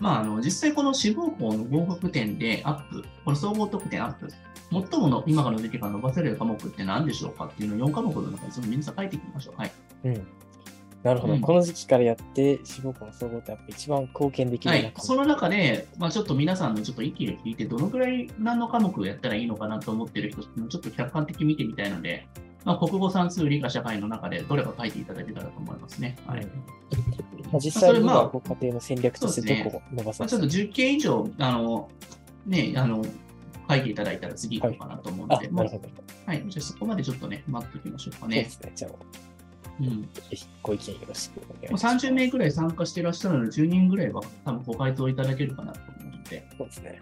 まあ、あの実際この志望校の合格点でアップ、この総合得点アップ、最もの今からの時期から伸ばせる科目って何でしょうかっていうのを4科目の中でその3つ書いていきましょう。はい、うん。なるほど。うんこの時期からやって、志望校の総合ってやっぱ一番貢献できはるい中、その中で、まあ、ちょっと皆さんのちょっと意見を聞いて、どのくらい何の科目をやったらいいのかなと思ってる人っていうのをちょっと客観的に見てみたいので、まあ、国語算数理科社会の中でどれか書いていただけたらと思いますね。はういんまあ、実そ際れにまあ今、ご家庭の戦略としてどこを伸ばすまんあ、ちょですっかと10件以上あの、ね、あの書いていただいたら次行こうかなと思うのあ、で、なるまほど。あはい、じゃあそこまでちょっとね、待っておきましょうかそうでね。すね。じゃあ、うんぜひご意見よろしくお願いもしうます。 30名くらい参加していらっしゃるので、10人ぐらいは多分ご回答いただけるかなと思うので、そうですね。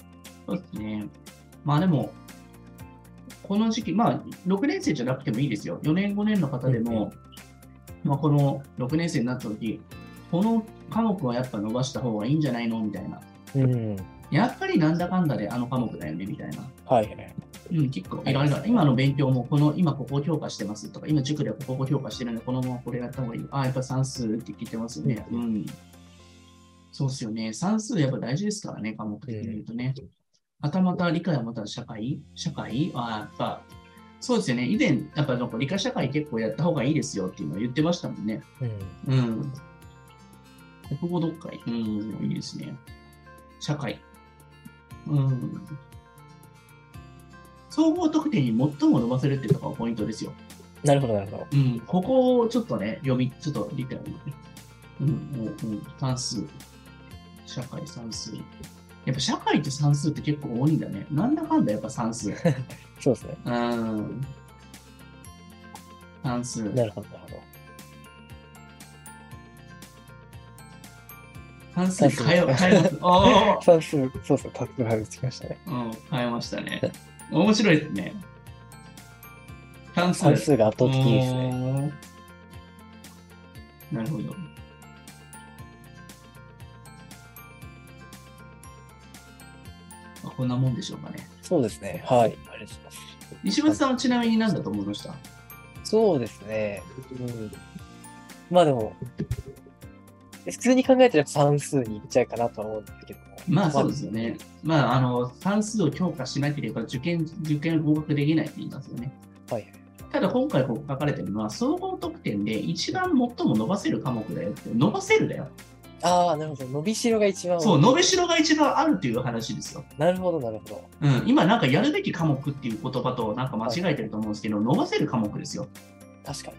そうですね。まあでも、この時期、まあ6年生じゃなくてもいいですよ。4年、5年の方でも、まあ、この6年生になった時、この科目はやっぱ伸ばした方がいいんじゃないのみたいな。うん。やっぱりなんだかんだであの科目だよねみたいな。はいはい。うん、結構いろいろ、今の勉強も、この今ここを評価してますとか、今塾ではここを評価してるんで、このままこれやった方がいい。ああ、やっぱ算数って聞いてますよね。うん。そうですよね。算数やっぱ大事ですからね、科目的に言うとね。はたまた理科やまた社会社会ああ、やっぱ、そうですよね。以前、やっぱなんか理科社会結構やった方がいいですよっていうのを言ってましたもんね。うん。うん。国語読解。うん、いいですね。社会。うん。総合得点に最も伸ばせるっていうところがポイントですよ。なるほど、なるほど。うん。ここをちょっとね、読み、ちょっと理解をね。うん、うん、うん。算数。社会、算数。やっぱ社会って算数って結構多いんだね。なんだかんだやっぱ算数。そうですね。うん。算数。なるほど、なるほど。算数変えよう、変えます。お ー算数、そうそう、タップが打ちましたね。うん、変えましたね。面白いですね。算数。算数が圧倒的ですね。ね。なるほど。まあこんなもんでしょうかね。そうですね。はい。ありがとうございます。石橋さんはちなみに何だと思いましたそうですね。うん、まあでも、普通に考えたら算数にいっちゃうかなとは思うんですけども。まあそうですよね。まあ、あの、算数を強化しなければ受験、受験合格できないって言いますよね。はい。ただ今回ここ書かれてるのは、総合得点で一番最も伸ばせる科目だよって、伸ばせるだよ。ああ、なるほど。伸びしろが一番。そう、伸びしろが一番あるっていう話ですよ。なるほど、なるほど。うん、今、なんかやるべき科目っていう言葉となんか間違えてると思うんですけど、伸ばせる科目ですよ。確かに。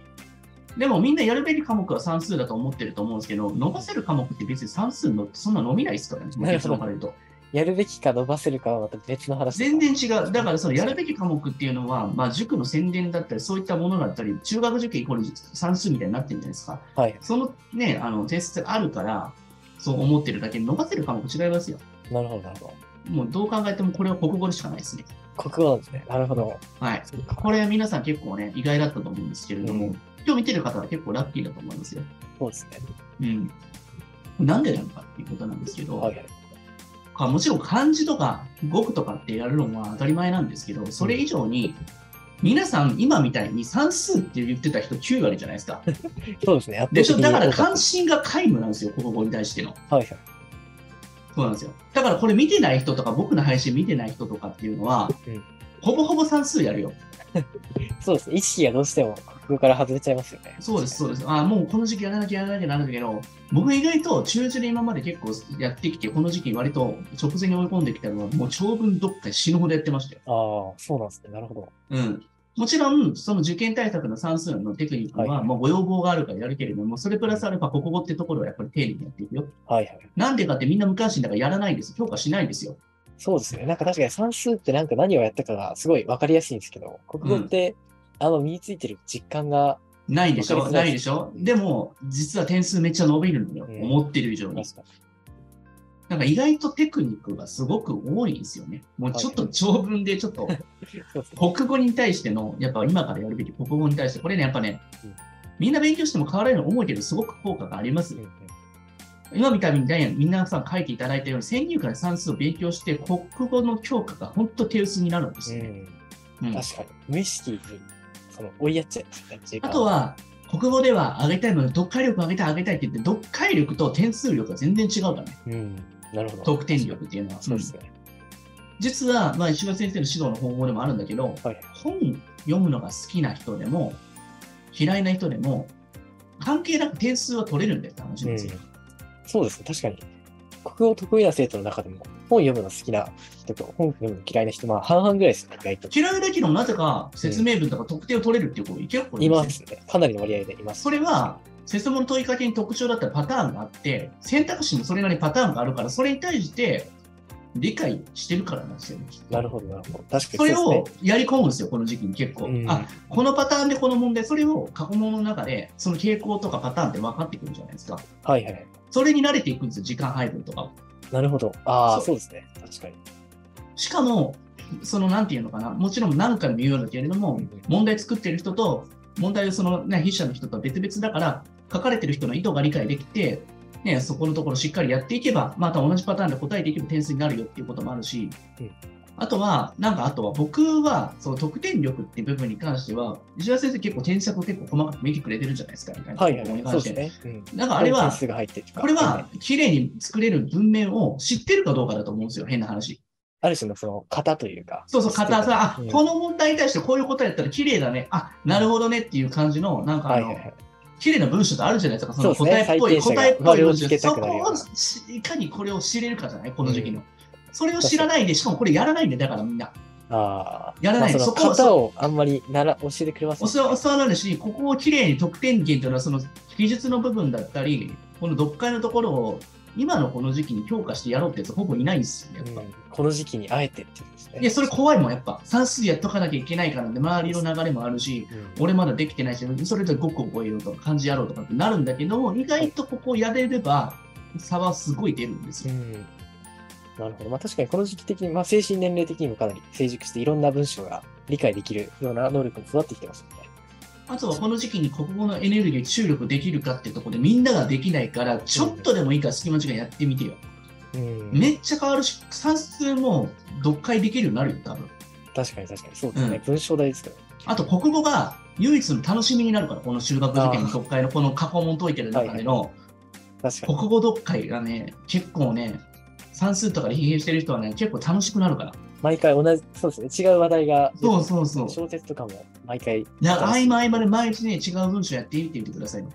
でもみんなやるべき科目は算数だと思ってると思うんですけど、伸ばせる科目って別に算数のそんな伸びないですからね、なるほど結論から言うと。やるべきか伸ばせるかはまた別の話。全。然違う。だからそのやるべき科目っていうのは、まあ塾の宣伝だったり、そういったものだったり、中学受験イコール算数みたいになってるんじゃないですか。はい。そのね、あの、提出あるから、そう思ってるだけで伸ばせる科目違いますよ。なるほど、なるほもうどう考えてもこれは国語でしかないですね。ど。国語なんですね。なるほど。はい。そうかこれ皆さん結構ね、意外だったと思うんですけれども、うん今日見てる方は結構ラッキーだと思いますよ。そうですね。うん。なんでなのかっていうことなんですけど、はい。かもちろん漢字とか語句とかってやるのは当たり前なんですけど、それ以上に、皆さん今みたいに算数って言ってた人9割じゃないですか。そうですね。やってでしょだからはい関心が皆無なんですよ、国語に対しての。はい。そうなんですよ。だからこれ見てない人とか、僕の配信見てない人とかっていうのは、うんほぼほぼ算数やるよ。そうですね。意識がどうしても国語から外れちゃいますよね。そうです、そうです。あもうこの時期やらなきゃやらなきゃならないけど、僕意外と中1で今まで結構やってきて、この時期割と直前に追い込んできたのは、もう長文どっかで死ぬほどやってましたよ。ああ、そうなんですね。なるほど。うん。もちろん、その受験対策の算数のテクニックはは、もうご要望があるからやるけれども、それプラスアルファ、国語ってところはやっぱり丁寧にやっていくよ。はいはい。なんでかってみんな無関心だからやらないんです。評価しないんですよ。そうですね。なんか確かに算数ってなんか何をやったかがすごい分かりやすいんですけど、国語って、あの身についてる実感が、ないでしわょかりづらないいでしょでも、実は点数めっちゃ伸びるのよ。うん思ってる以上に。確かになんか意外とテクニックがすごく多いんですよね。もうちょっと長文でちょっとそうですね。国語に対しての、やっぱ今からやるべき国語に対して、これね、やっぱねうん、みんな勉強しても変わらないの思うけど、すごく効果がありますうん。うん今みたいに、みんなさん書いていただいたように、先入観で算数を勉強して、国語の教科が本当手薄になるんですよね。うん確かに。無意識に、その、追いやっちゃうっていうか。あとは、国語では上げたいので、読解力上げたい、上げたいって言って、読解力と点数力が全然違うからね。うん、なるほど。得点力っていうのは。そうですね。実は、まあ、石川先生の指導の方法でもあるんだけど、はい本読むのが好きな人でも、嫌いな人でも、関係なく点数は取れるんだよって話うなんんですよ。。そうですね。確かに。国語得意な生徒の中でも、本読むの好きな人と本読むの嫌いな人、まあ半々ぐらいですよね、意外と。嫌いだけど、なぜか説明文とか特定を取れるっていう子結構いいるんまですよすね。かなりの割合でいます。それは、説問の問いかけに特徴だったらパターンがあって、選択肢もそれなりにパターンがあるから、それに対して理解してるからなんですよね。なるほど、なるほど。確そかにれそうをでやり込むんですよ、この時期に結構。すね。うんあこのパターンでこの問題、それを過去問の中で、その傾向とかパターンって分かってくるじゃないですか。はいはい。それに慣れていくんですよ、時間配分とかも。なるほど。ああ、そそうですね。確かに。しかも、そのなんていうのかな、もちろん何回も言うようだけれども、問題作ってる人と、問題をその、ね、筆者の人とは別々だから、書かれてる人の意図が理解できて、ね、そこのところしっかりやっていけば、また同じパターンで答えていけば点数になるよっていうこともあるし、うんあとは、なんかあとは僕は、その得点力っていう部分に関しては、石田先生結構添削を結構細かく見てくれてるじゃないですか、みたいなはいはところにい。関そうしてですね。うん。なんかあれ点は、数が入ってるとかこれは、綺麗に作れる文面を知ってるかどうかだと思うんですよ、変な話。ある種のその型というか。そうそう、システム硬さ、あ、うんこの問題に対してこういう答えだったら綺麗だね、あ、なるほどねっていう感じの、なんかはあいはいのは、い。綺麗な文章ってあるじゃないですか、そのそうで答すねえっぽい、採点者が答えっぽい文章丸をつけたそこくなるようをないかにこれを知れるかじゃない、この時期の。うそれを知らないで、しかもこれやらないんで、だからみんな。ああ。やらないまあそそのこは型をあんまりなら教えてくれませんね。教わ教わらないし、ここを綺麗に得点源というのは、その技術の部分だったり、この読解のところを、今のこの時期に強化してやろうってやつほぼいないんですよ、やっぱ。うんこの時期にあえてっていうんですね。いや、それ怖いもん、やっぱ。算数やっとかなきゃいけないからで、周りの流れもあるし、うん俺まだできてないし、それで5個覚えようとか、漢字やろうとかってなるんだけど、意外とここやれれば、差はすごい出るんですうよ。んなるほど。まあ確かにこの時期的に、まあ精神年齢的にもかなり成熟していろんな文章が理解できるような能力も育ってきてますよね。あとはこの時期に国語のエネルギーを注力できるかってとこで、みんなができないから、ちょっとでもいいから隙間時間やってみてよ。うん。めっちゃ変わるし、算数も読解できるようになるよ、多分。確かに確かに。そうですね。うん文章題ですから。あと国語が唯一の楽しみになるから、この修学受験の読解のこの過去問解いてる中での、確かに。国語読解がね、結構ね、算数とかで疲弊してる人はね、結構楽しくなるから。毎回同じ、そうですね。違う話題が。そうそうそう。小説とかも毎回。いや、合間合間で毎日ね、違う文章やってみてみてくださいよ。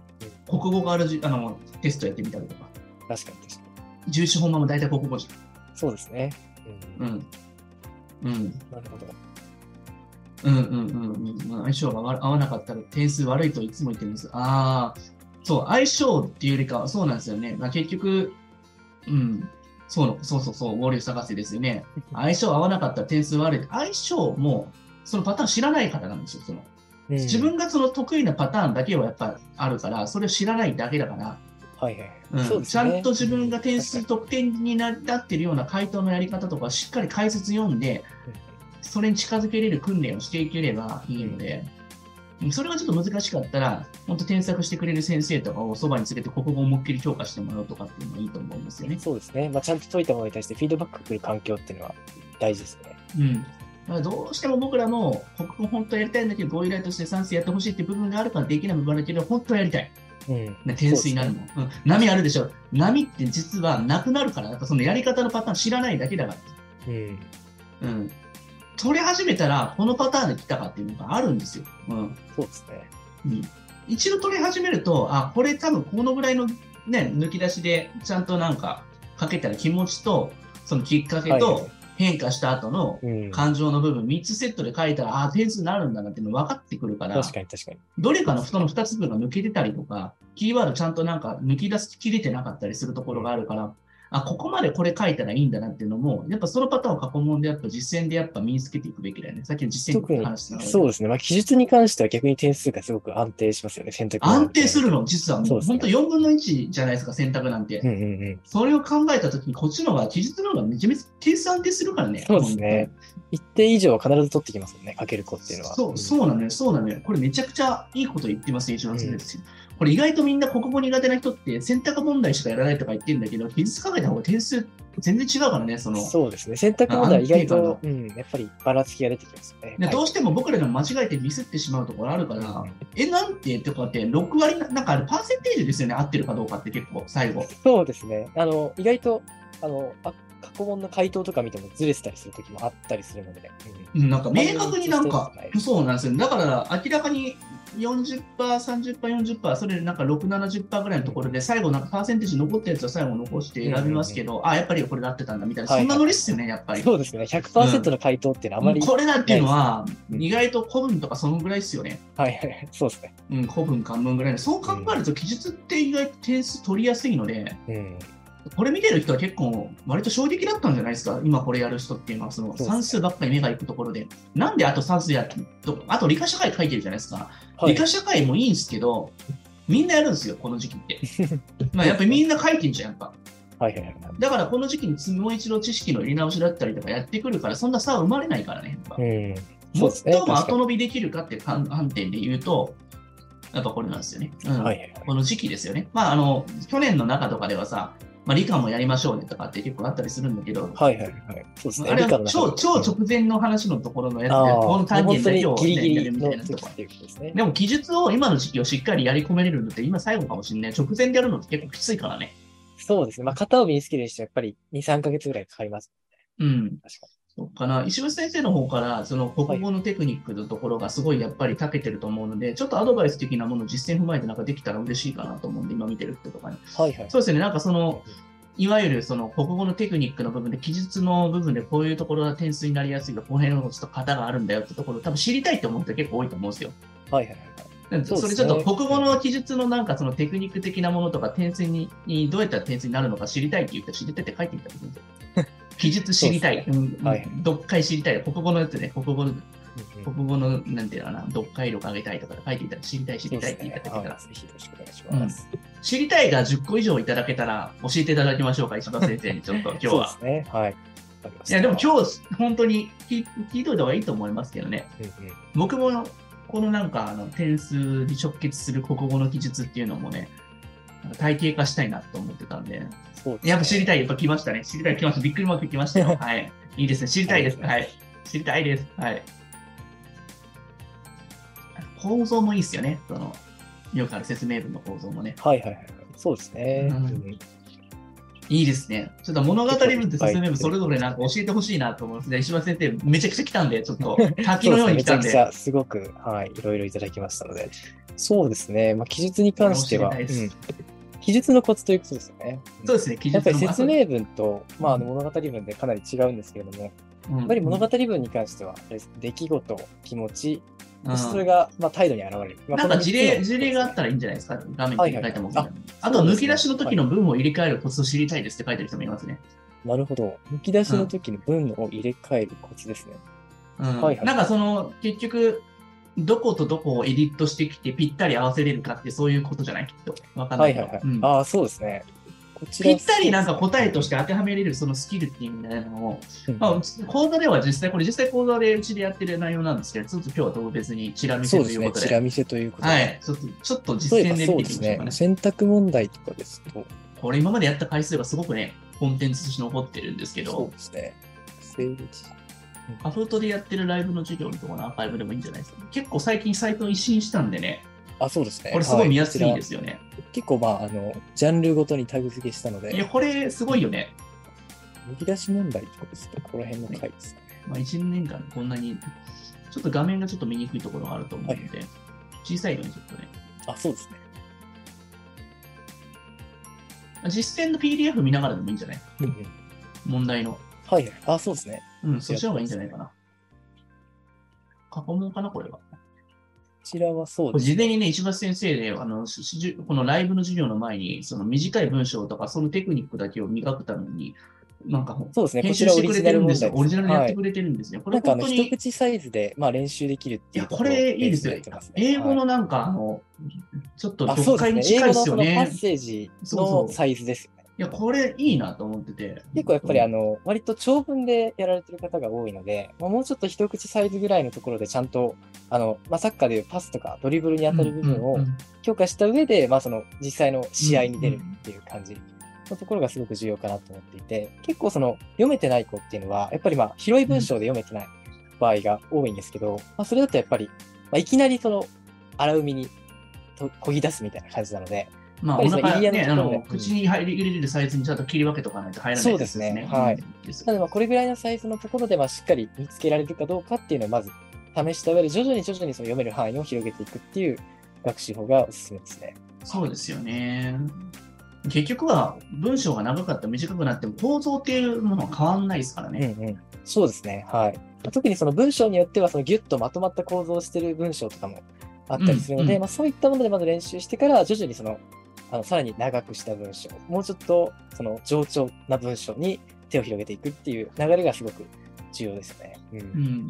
国語があるじあのテストやってみたりとか、確かに確かに。重視本番も大体国語じそうですね。ゃん。うん。うん。なるほど。うんうんうんうん。相性がわ合わなかったら点数悪いといつも言ってるんです。ああ、そう、相性っていうよりかは、そうなんですよね。まあ、結局、うん。そうのそうそうそう、ウォーリュー探せですよね。相性合わなかったら点数悪い。相性も、そのパターン知らないからなんですよ。そのうん自分がその得意なパターンだけはやっぱあるから、それを知らないだけだから、はいはい。うんそうですちねゃんと自分が点数確得点になってるような回答のやり方とか、しっかり解説読んで、かにそれに近づけれる訓練をしていければいいので、それがちょっと難しかったら、本当添削してくれる先生とかをそばにつけて、国語を思いっきり強化してもらうとかっていうのがいいと思いますよね。そうですね。まあちゃんと解いたものに対してフィードバックくる環境っていうのは大事ですね。うんだからどうしても僕らも国語本当はやりたいんだけど、ご依頼として算数やってほしいって部分があるからできない部分だけど、本当はやりたい。うん。ね点数になるもん、うん。波あるでしょ。波って実はなくなるから、やっぱそのやり方のパターン知らないだけだから。うん。うん、取り始めたらこのパターンで来たかっていうのがあるんですよ。うんそうですね。うん、一度取り始めるとあこれ多分このぐらいの、ね、抜き出しでちゃんとなんかかけたら気持ちとそのきっかけはいとは変化した後のうん。確感情の部分3つセットで書いたらあ点数になるんだなっていうの分かってくるからかに確かに。どれかのその2つ分が抜けてたりとかキーワードちゃんとなんか抜き出しきれてなかったりするところがあるから。あここまでこれ書いたらいいんだなっていうのも、やっぱそのパターンを過去問でやっぱ実践でやっぱ身につけていくべきだよね。さっきの実践特のに話しながらそうですね。まあ、記述に関しては逆に点数がすごく安定しますよね、選択安定する。るの、実はもうそうですね本当4分の1じゃないですか、選択なんて。うんうんうん。それを考えたときに、こっちの方が、技術の方がめちゃめちゃ計算定するからね。そうですね。一定以上は必ず取ってきますもんね、かける子っていうのは。そう、そうなのよ、そうなのよ。これめちゃくちゃいいこと言ってますね、一番先生ですよ、これ意外とみんな国語苦手な人って選択問題しかやらないとか言ってるんだけど、技術考えた方が点数全然違うからね、その。そうですね。選択問題は意外と、うん、やっぱりばらつきが出てきますね。ではいどうしても僕らでも間違えてミスってしまうところあるから、え、なんてとかって、6割な、なんかあれ、パーセンテージですよね、合ってるかどうかって結構、最後。そうですね。あの、意外と、あの、あ過去問の回答とか見てもずれてたりする時もあったりするので、うんうんなんか明確になんかは、いそうなんですよ。だから明らかに40%、30%、40%、それでなんか6、70%ぐらいのところで、最後なんかパーセンテージ残ったやつを最後残して選びますけど、あ、やっぱりこれだってたんだみたいな、はいそんなノリっすよね、やっぱり。そうですね。100%の回答っていうのはあまり、これだっていうのは、うん意外と古文とかそのぐらいっすよね。はいはい、そうですね。うん、古文、漢文ぐらいで。そう考えると、記述って意外と点数取りやすいので、うん。これ見てる人は結構、割と衝撃だったんじゃないですか、今これやる人っていうのは、そのそう算数ばっかり目がいくところで、なんであと算数やと、あと理科社会書いてるじゃないですか、はい理科社会もいいんですけど、みんなやるんですよ、この時期って。 まあやっぱりみんな書いてんじゃん、やっぱ。はいはいはい。だからこの時期にもう一度知識の入れ直しだったりとかやってくるから、そんな差は生まれないからね、やっぱ。うん。そうですね最も確後かに伸びできるかっていう観観点で言うと、やっぱこれなんですよね。うんはいはいはい。この時期ですよね。まあ、あの、去年の中とかではさ、まあ、理科もやりましょうねとかって結構あったりするんだけど、はいはいはい。そうですね。あれ理科はの中超で超直前の話のところのやつで、ああ、こものう単本元当だにけをギリギやリるみのたいなと時かっ。ていうことですね。でも、記述を今の時期をしっかりやり込めれるのって、今最後かもしれない。直前でやるのって結構きついからね。そうですね。まあ、型を身につける人はやっぱり2、3ヶ月ぐらいかかります。うん。確かそうかな石橋先生の方から、その国語のテクニックのところがすごいやっぱり長けてると思うので、ちょっとアドバイス的なものを実践踏まえてなんかできたら嬉しいかなと思うんで、今見てる人とかに。に。はいはい。そうですね、なんかその、いわゆるその国語のテクニックの部分で、記述の部分でこういうところが点数になりやすいが、この辺のちょっと型があるんだよってところ、多分知りたいと思う人結構多いと思うんですよ。はいはいはい。なんそでうそですれねちょっと国語の記述のなんかそのテクニック的なものとか点数ににどうやったら点数になるのか知りたいって言ったら知りたいって書いてみたらいいんだよ 記述知りたい、そううんうんはい読解知りたい、国語のやつね、国語のうんうん国語のなんていうのかな、読解力上げたいとか書いてみたら知りたい知そうりたいっですて言ったね。時から、はい。ぜひよろしくお願いします。知りたいが10個以上いただけたら教えていただきましょうか、石田先生にちょっと今日は。そうですね。はい。わかりましいたや、でも今日、本当に聞聞いといた方がいいと思いますけどね。うんうん僕も、このなんか、あの、点数に直結する国語の技術っていうのもね、なんか体系化したいなと思ってたんで。そうですねやっぱ知りたい、やっぱ来ましたね。知りたい来ました。びっくりマーク来ましたよ。はい。いいですね。知りたいです。はい。知りたいです。はい。構造もいいですよね。その、よくある説明文の構造もね。はいはいはい。そうですね。うんうんいいですね。ちょっと物語文と説明文それぞれなんか教えてほしいなと思うんですね。石橋先生、めちゃくちゃ来たんで、ちょっ と滝のように来たんで。そうですねめちゃくちゃすごく、はい、いろいろいただきましたので、そうですね、まあ、記述に関しては、教えたいですうん記述のコツということですよね。そうですね、記述やっぱりの説明文と、まあ、あの物語文でかなり違うんですけれども、ややっぱり物語文に関しては、あれです出来事、気持ち、うんそれが、まあ、態度に現れる。まあなんか事例この三つの事例があったらいいんじゃないですか、画面に書いたもんはいはいあと、抜き出しの時の文を入れ替えるコツを知りたいですって書いてる人もいますね。なるほど。抜き出しの時の文を入れ替えるコツですね。うんはいはいなんかその、結局、どことどこをエディットしてきてぴったり合わせれるかってそういうことじゃないきっと。わかんなはいいけはどいはい。うんああ、そうですね。こちらぴったりなんか答えとして当てはめれるそのスキルっていうみたいなのを、うんまあ、講座では実際、これ実際講座でうちでやってる内容なんですけど、ちょっと今日は特別にチラ見せそうといですうね。ことで。チラ見せということで。はい、ちょっとちょっと実例え践ばでそう見でてすみましょうねか。ね。選択問題とかですと、これ今までやった回数がすごくね、コンテンツとして残ってるんですけそうど、ですね。整理しアフートでやってるライブの授業のところのアーカイブでもいいんじゃないですか。結構最近サイトを一新したんでね、あ、そうですね。これすごい見やすいはですよね。こちら結構、まあ、あの、ジャンルごとにタグ付けしたのいや、で、これすごいよね。抜き出し問題とかですと、この辺の回ですね。まあ、1年間こんなに、ちょっと画面がちょっと見にくいところがあると思うので、小さいよね、ちょっとね。あ、そうですね。実践の PDF 見ながらでもいいんじゃないうんうん問題の。はいはい。あ、そうですね。うん、そっちの方がいいんじゃないかな。過去問かな、これは。こちらはそうこれです事ね。前にね、石橋先生で、あの、ししこのライブの授業の前に、その短い文章とか、そのテクニックだけを磨くために、なんか、そうですね。こ編ち集らしオてリくジれナてルるんで問題すよ。オリジナルやってくれてるんですよ。こなれんかあ本の当一に、口サイズで、まあ、練習できるっていうところいやこれいいですよを提示されてますね英語はのなんか、あの、ちょっといあそう読です解に近いねですよ英語のそのねパッ。セージそうのそうサイズですよね。いや、これいいなと思ってて。結構やっぱりあの、の、割と長文でやられてる方が多いので、まあ、もうちょっと一口サイズぐらいのところでちゃんと、あの、まあ、サッカーでいうパスとかドリブルに当たる部分をうんうんうん強化した上で、まあその実際の試合に出るっていう感じのところがすごく重要かなと思っていて、結構その読めてない子っていうのは、やっぱりまあ広い文章で読めてない場合が多いんですけど、まあ、それだとやっぱり、まあ、いきなりその荒海にと漕ぎ出すみたいな感じなので、まあ、やおっぱ腹りその入りね、江あのところでの、口に入り入れるサイズにちゃんと切り分けとかないと入らないやつそうですねはいうんですなのでまあこれぐらいのサイズのところでまあしっかり見つけられるかどうかっていうのをまず試した上で、徐々に徐々にその読める範囲を広げていくっていう学習法がおすすめですね。そうですよね。結局は文章が長かったり短くなっても構造っていうものは変わんないですからうんね。うん、そうですね、はい。特にその文章によっては、そのギュッとまとまった構造をしている文章とかもあったりするので、うんうんまあ、そういったものでまず練習してから、徐々にそのあのさらに長くした文章、もうちょっとその冗長な文章に手を広げていくっていう流れがすごく重要ですよね。うんうん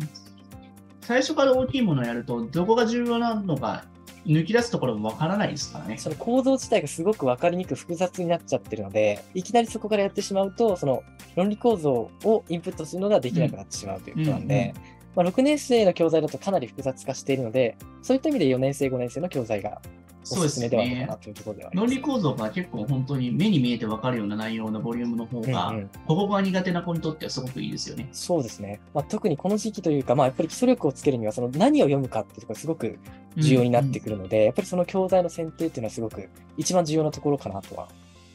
最初から大きいものをやると、どこが重要なのか抜き出すところもわからないですからね。その構造自体がすごく分かりにくく複雑になっちゃってるので、いきなりそこからやってしまうと、その論理構造をインプットするのができなくなってしまうということなんで、まあ、6年生の教材だとかなり複雑化しているので、そういった意味で4年生、5年生の教材がそうおですすすすめではないかねな。というところではあり論ます。理構造が結構本当に目に見えてわかるような内容のボリュームの方が、うんうんここが苦手な子にとってはすごくいいですよね。そうですね、まあ、特にこの時期というか、まあ、やっぱり基礎力をつけるには、その何を読むかっていうところがすごく重要になってくる。るので、やっぱりその教材の選定っていうのは、すごく一番重要なところかなとは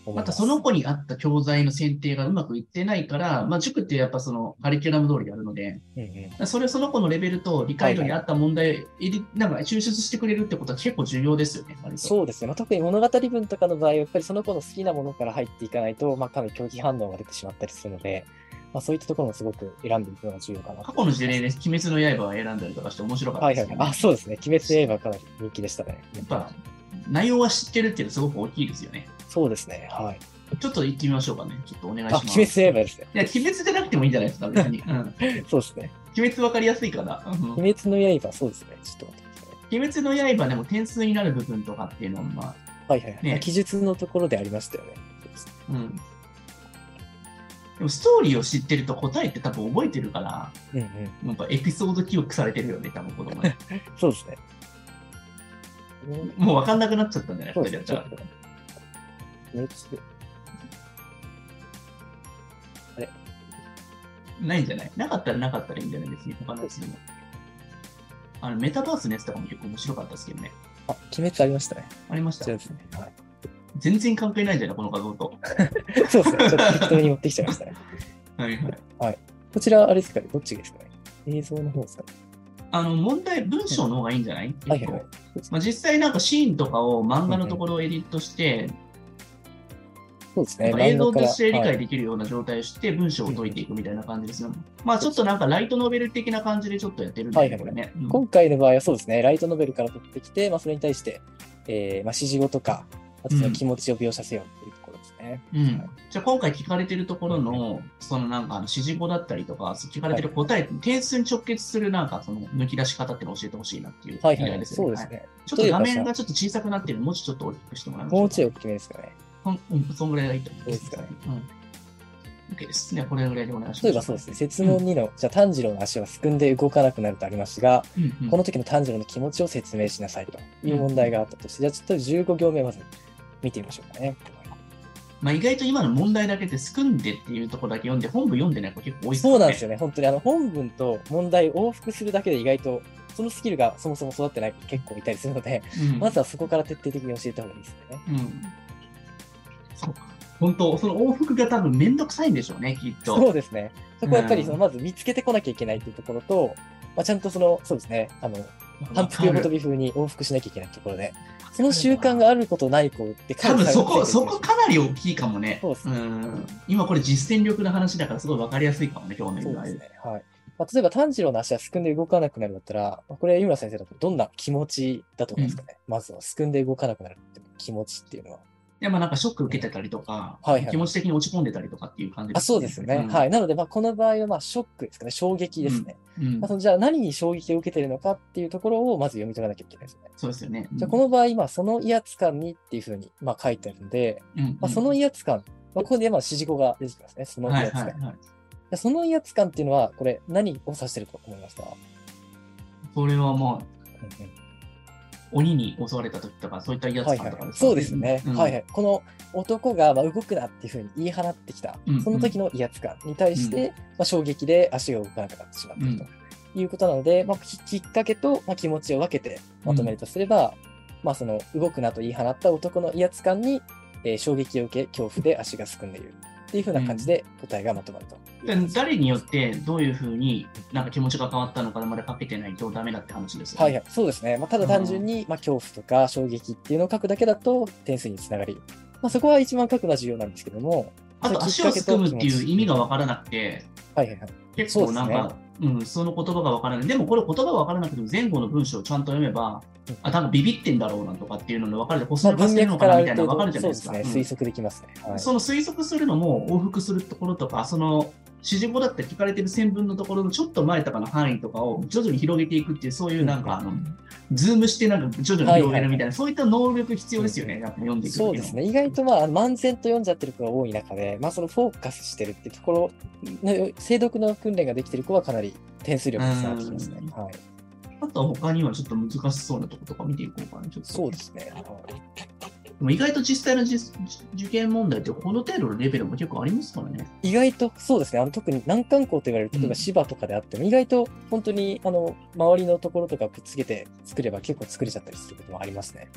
思います。またその子に合った教材の選定がうまくいってないから、まあ、塾ってやっぱそのカリキュラム通りやるので、うんうんそれをその子のレベルと理解度に合った問題入り、なんか抽出してくれるってことは結構重要ですよね、割とそうですね、まあ、特に物語文とかの場合、やっぱりその子の好きなものから入っていかないと、まあ、かなり狂気反応が出てしまったりするので、まあ、そういったところもすごく選んでいくのが重要かなと過去の事例で鬼滅の刃を選んだりとかして面白かったはいですはけいど、あそうですね、鬼滅の刃かなり人気でしたね。やっぱ内容は知ってるっていうのはすごく大きいですよね。そうですね、はい。ちょっと行ってみましょうかね。ちょっとお願いしあ、ま鬼す。滅のい刃ですね。や、鬼滅じゃなくてもいいんじゃないですか、別に。うん、鬼 そうですね。滅わかりやすいから。うん鬼滅の刃、そうですね。ちょっと待ってくださいね。鬼滅の刃でも点数になる部分とかっていうのは、まあ、はいはいはい。ね記述のところでありましたよね。うん。でもストーリーを知ってると答えって多分覚えてるから、うんうん。やっぱエピソード記憶されてるよね、多分子 供ね。そうですね。もう分かんなくなっちゃったんじゃないそう二で人すだね。っちたらょっと。鬼滅ないんじゃないなかったらなかったらいいんじゃないですね。他のやつでも。あのメタバースのやつとかも結構面白かったですけどね。あ、鬼滅ありましたね。ありましたそう。ですね。はい。全然関係ないんじゃないこの画像 と。そうですね。ちょっと適当に持ってきちゃいましたね。はいはい。こちら、あれですかね。どっちですかね。映像の方ですかね。あの、問題、文章の方がいいんじゃないは結いはい構はい。まあ、実際なんかシーンとかを漫画のところをエディットして、そうですなね。んか映像として理漫画から解できるような状態をして文章を解いていくみたいな感じですよね。まあちょっとなんかライトノベル的な感じでちょっとやってるんだよね、はこいれはいね。はい今回の場合はそうですね。ライトノベルから取ってきて、まあ、それに対して、えーまあ、指示語とか、あとその気持ちを描写せよっていうところですね。うんうんじゃあ今回聞かれてるところの、そのなんかあの指示語だったりとか、聞かれてる答え、点数に直結するなんかその抜き出し方っていうのを教えてほしいなっていうはい依は頼いはい。ですそようね。ですはいね。ちょっと画面がちょっと小さくなってるのでもうちょっと大きくしてもらいましょう。もうちょい大きめですかね。うんうん、そんぐらいがいいと思います。そうですうん。OK ですね。これぐらいでお願いします。例えばそうですね、説問2の、じゃあ炭治郎の足はすくんで動かなくなるとありますが、うんうんこの時の炭治郎の気持ちを説明しなさいという問題があったとして、じゃあちょっと15行目まず見てみましょうかね。まあ、意外と今の問題だけで、すくんでっていうところだけ読んで、本部読んでない子結構多いそうなんですよ。よね、本当にあの本文と問題を往復するだけで意外とそのスキルがそもそも育ってない子結構いたりするので、うん、まずはそこから徹底的に教えた方がいいですよね。うん。そう本当、その往復が多分めんどくさいんでしょうね、きっと。そうですね。そこはやっぱりうんそのまず見つけてこなきゃいけないというところと、まあ、ちゃんとその、そうですね、あの、反復横跳び風に往復しなきゃいけないところで、その習慣があることない子ってか多なり分差そがこ、ついてそる気がしまこすかなり大きいかもね。そうですん。今これ実践力の話だからすごい分かりやすいかもね、表そ面うがですね。はい。まあ、例えば炭治郎の足はすくんで動かなくなるだったら、まあこれ、井村先生だとどんな気持ちだと思いますかね。まずは、すくんで動かなくなるっていう気持ちっていうのは。いや、まあなんかショック受けてたりとか、はいはい気持ち的に落ち込んでたりとかっていう感じあそうですよね。んはい。なので、まあ、この場合は、まあ、ショックですかね。衝撃ですね。うんまあ、そのじゃあ、何に衝撃を受けてるのかっていうところを、まず読み取らなきゃいけないですね。そうですよね。じゃあ、この場合、まあ、その威圧感にっていうふうに、まあ、書いてあるので、うん、うんまあ、その威圧感、まあ、ここで、まあ、指示語が出てきますね。その威はい圧感。はいはい。でその威圧感っていうのは、これ、何を指してると思いますか、それはもう、うんうん鬼に襲われた時とか、そういった威圧はい感はいとか、そうですね、うんはいはい、この男がまあ動くなっていうふうに言い放ってきた、うんその時の威圧感に対して、まあ、衝撃で足が動かなくなってしまったということなので、まあ、ききっかけと、まあ、気持ちを分けてまとめるとすれば、まあ、その動くなと言い放った男の威圧感に、えー衝撃を受け恐怖で足がすくんでいるっていうふうな感じで答えがまとまると。で誰によってどういうふうになんか気持ちが変わったのかまでかけてないとダメだって話ですよね。はいはい、そうですね。まあ、ただ単純に、まあ、恐怖とか衝撃っていうのを書くだけだと点数につながり、まあ、そこは一番書くのは重要なんですけども、あと足をすくむっていう意味がわからなくて、はいはいはい。結構なんか、うん、その言葉がわからない。でもこれ言葉がわからなくても前後の文章をちゃんと読めば、あ、多分ビビってんだろうなとかっていうのがわかるで、こっまそあ、り化文してる脈のかからなあみたいるなの程がわかる度、じゃそなういでですすか。ね、推測できますね。はうんい、その推測するのも往復するところとか、その指示語だって聞かれてる線分のところのちょっと前とかの範囲とかを徐々に広げていくっていう、そういうなんかあの、ズームしてなんか徐々に広げるみたいな、そういった能力必要ですよね、やっぱ読んでいく時のそうですね、意外とまあ、あの漫然と読んじゃってる子が多い中で、まあ、そのフォーカスしてるってところの、精読の訓練ができてる子はかなり点数力につながってきますねうん。はい、あとは他にはちょっと難しそうなとことか見ていこうかな。ちょっとそうですね。はいでも意外と実際のじ受験問題ってこの程度のレベルも結構ありますからね。意外とそうですね、あの特に難関校と言われる、例えば芝とかであっても、意外と本当にあの周りのところとかくっつけて作れば結構作れちゃったりすることもありますね。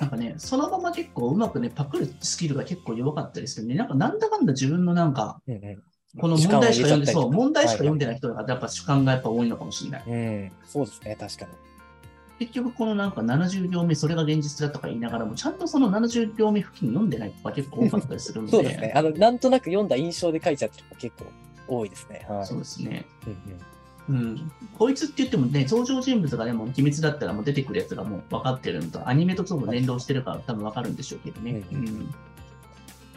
なんかね、そのまま結構うまくね、パクるスキルが結構弱かったりするね。なんかなんだかんだ自分のなんか、うんうん、この問題しか読んで、時間そをう、入問れ題ちゃしかったりとか読んでない人がやっぱ主観がやっぱ多いのかもしれない。うん、そうですね、確かに。結局このなんか70行目、それが現実だとか言いながらも、ちゃんとその70行目付近読んでない子が結構多かったりするので。 そうですね。。あの、なんとなく読んだ印象で書いちゃってる子結構多いですね。はい。そうですね。うんうんうん、こいつって言ってもね、登場人物がね、もう鬼滅だったらもう出てくるやつがもう分かってるのと、アニメと多分連動してるから多分分かるんでしょうけどね。ううんうんん、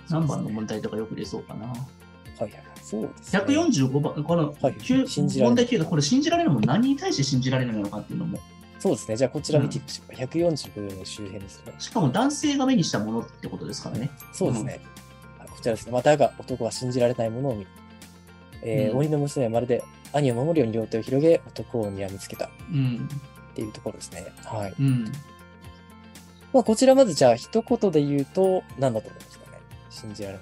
何番の問題とかよく出そうかな。はいはいはい。そうですね。 145番、このはい九信じら問れない題9がこれ信じられるのも何に対して信じられないのかっていうのも、そうですね。じゃあ、こちら見てみましょうか。145の周辺ですね。しかも男性が目にしたものってことですからね。そうですね。あこちらですね。まあ、だが男は信じられないものを見る。えーうん鬼の娘はまるで兄を守るように両手を広げ、男を睨みつけたっうん。ていうところですね。はい。うん。まあ、こちらまずじゃあ、一言で言うと、何だと思いますかね。信じられ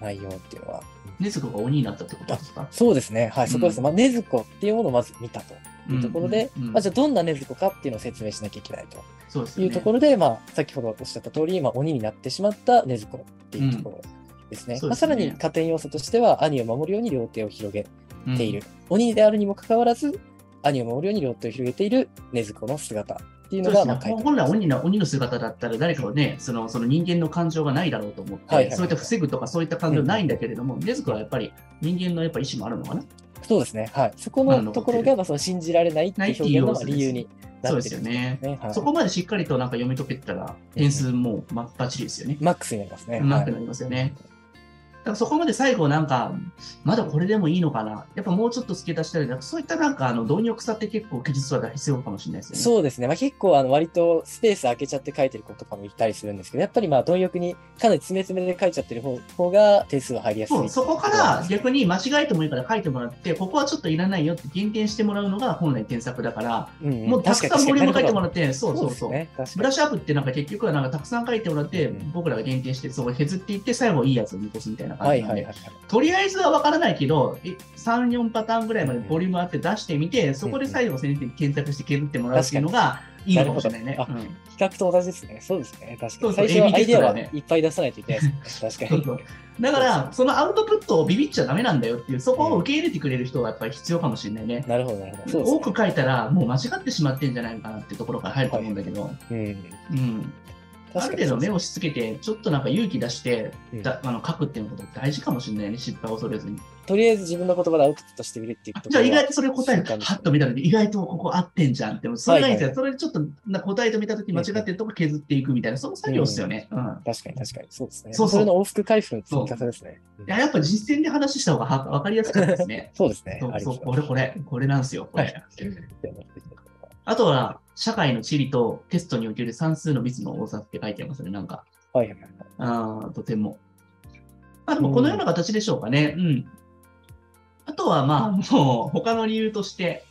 ない内容っていうのは。禰豆子が鬼になったってことですかそうですね。はい、そこです。うんまあ、禰豆子っていうものをまず見たというところで、うんうんうんまあ、じゃあどんな禰豆子かっていうのを説明しなきゃいけないとそうですいようね。ところで、まあ、先ほどおっしゃった通り、まあ、鬼になってしまった禰豆子っていうところですね。うんそうまであ、すさねらに加点要素としては、兄を守るように両手を広げうんている。。鬼であるにもかかわらず、兄を守るように両手を広げている禰豆子の姿っていうそのうでが、すねまあ、書いてあ本りま来鬼のす鬼の姿だったら誰かをねそのその人間の感情がないだろうと思って、はいはいそういった防ぐとかそういった感情ないんだけれども、禰豆子はやっぱり人間のやっぱ意思もあるのかなそうですね。はい。そこのところが、まあ、その信じられないっていう表現のまあ理由になそうっでてするよんですね。ね。はいそこまでしっかりとなんか読み解けたら点数もまっばちりですよね。マックスになりますね。マックになりますよねだからそこまで最後なんかまだこれでもいいのかなやっぱもうちょっと付け足したりなんかそういったなんかあの貪欲さって結構技術は必要かもしれないですよね。そうですね、まあ、結構あの割とスペース空けちゃって書いてる子とかもいたりするんですけど、やっぱりまあ貪欲にかなり詰め詰めで書いちゃってる方方が点数が入りやすいそうそこから逆に間違えてもいいから書いてもらって、ここはちょっといらないよって減点してもらうのが本来添削だから、うんうんもうたくさんボリューム書いてもらっって、そそううそそううそ。そううですね、確ブかラにッシュアップってなんか結局はなんかたくさん書いてもらって、うん僕らが減点して、そこ削っていって、最後いいやつを見越すみたいな感はじいなんで、はいはいはい。とりあえずは分からないけど、い3、4パターンぐらいまでボリュームあって出してみて、そこで最後先生に検索して削ってもらうっていうのがいいのかもしれないね。確うん比較と同じですね、そうですね、確かそうに。そう最初は AB アテイデアストだはねいっぱい出さないといけないですね、確かそうに。そうだから、そのアウトプットをビビっちゃダメなんだよっていう、そこを受け入れてくれる人がやっぱり必要かもしれないね。なるほど、なるほど。そうです多ねく書いたら、もう間違ってしまってんじゃないかなっていうところから入ると思うんだけど、うん、うん、ある程度確かにそうで目すね。をしつけて、ちょっとなんか勇気出して、うんだあの書くっていうこと大事かもしれないね、失敗を恐れずに。とりあえず自分の言葉でアウトプットしてみるっていうところじゃあは意外とそれ答え習慣る、ですねはっと見た時、意外とここ合ってんじゃんって、それがいいんですよ。はいはいはいそれでちょっとな答えと見た時間違ってるとこ削っていくみたいな、その作業ですよね。うん確かに確かに、そうですね。そうそうれの往復回復の積み重ねですね。。いややっぱ実践で話した方がは分かりやすかったですねそうですね。そうありそまう、すこれこれ、これなんですよ、これ。はいあとは、社会の地理とテストにおける算数の密の多さって書いてありますね、なんか。はいはいはい。あーとても。まあでもこのような形でしょうかね。うん。あとはまあもう他の理由として、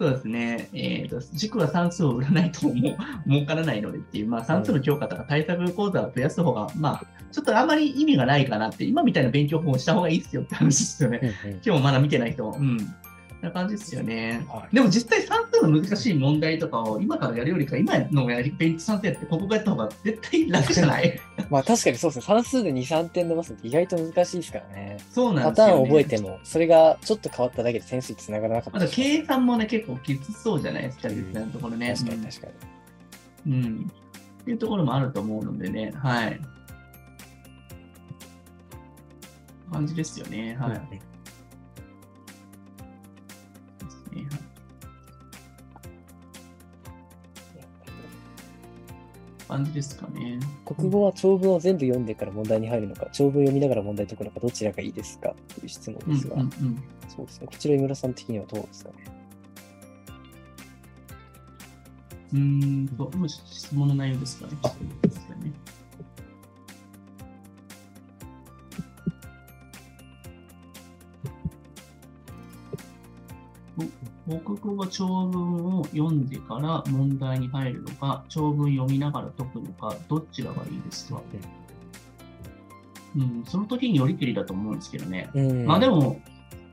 そうですね、えーと、塾は算数を売らないともう儲からないのでっていう、まあ、算数の教科とか対策講座を増やす方が、まあ、ちょっとあんまり意味がないかなって、今みたいな勉強法をした方がいいですよって話ですよね。 今日もまだ見てない人、うん。な感じですよね。はいでも実際算数の難しい問題とかを今からやるよりか、今のやり勉強算数やって、ここがやった方が絶対楽じゃないまあ確かにそうですね。算数で2、3点伸ばすのって意外と難しいですからね。そうなんパですタよ、ね。ーンを覚えても、それがちょっと変わっただけで点数につながらなかったまだりし計算もね、結構きつそうじゃないですか、実際のところね。ます確かに確かに。うん。うんっていうところもあると思うのでね、はい。感じですよね、はい。ですねはい感じですかね。国語は長文を全部読んでから問題に入るのか、長文を読みながら問題を解くのか、どちらがいいですかという質問うんうですが、んうん。そうですね。こちら、井村さん的にはどうですかね。うーんと、もう質問の内容ですかね。ちょっと待ってくださいねぼ国語は長文を読んでから問題に入るのか、長文読みながら解くのか、どちらがいいですか、うん、その時によりけりだと思うんですけどね。うんまあでも、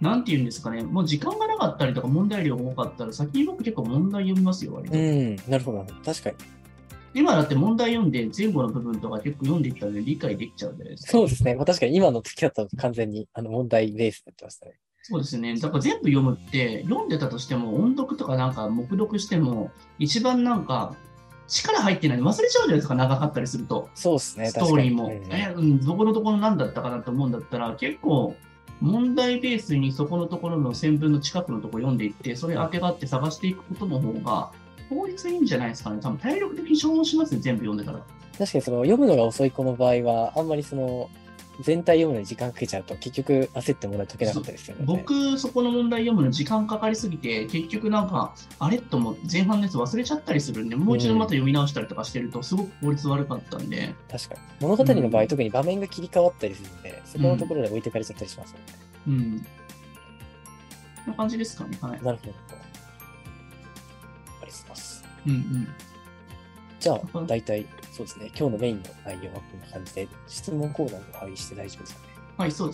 なんて言うんですかね、もう時間がなかったりとか問題量が多かったら、先に僕結構問題読みますよ、割と。うん、なるほど。確かに。今だって問題読んで前後の部分とか結構読んでいったので理解できちゃうじゃないですか。そうですね。まあ、確かに今の付き合ったと完全にあの問題ベースになってましたね。そうですね。だから全部読むって、読んでたとしても音読とかなんか目読しても、一番なんか力入ってないの忘れちゃうじゃないですか、長かったりすると。そうですね。ストーリーも。確かにえ、うん、どこのところ何だったかなと思うんだったら、結構問題ベースにそこのところの線分の近くのところ読んでいって、それ当てがあって探していくことの方が、効率いいんじゃないですかね。多分体力的に消耗しますね、全部読んでたら。確かにその読むのが遅い子の場合は、あんまりその全体読むのに時間かけちゃうと、結局焦って問題解けなかったりするので。僕、そこの問題読むの時間かかりすぎて、結局なんか、あれと思って前半のやつ忘れちゃったりするんで、もう一度また読み直したりとかしてると、すごく効率悪かったんで、確かに。物語の場合、うん特に場面が切り替わったりするので、そこのところで置いてかれちゃったりしますよね。うん。こんな感じですかね、はい。なるほど。ありがとうございます。うんうん。じゃうあ、ん大体、そうですね。今日のメインの内容はこんな感じで、質問コーナーも配して大丈夫ですかね。はい、そう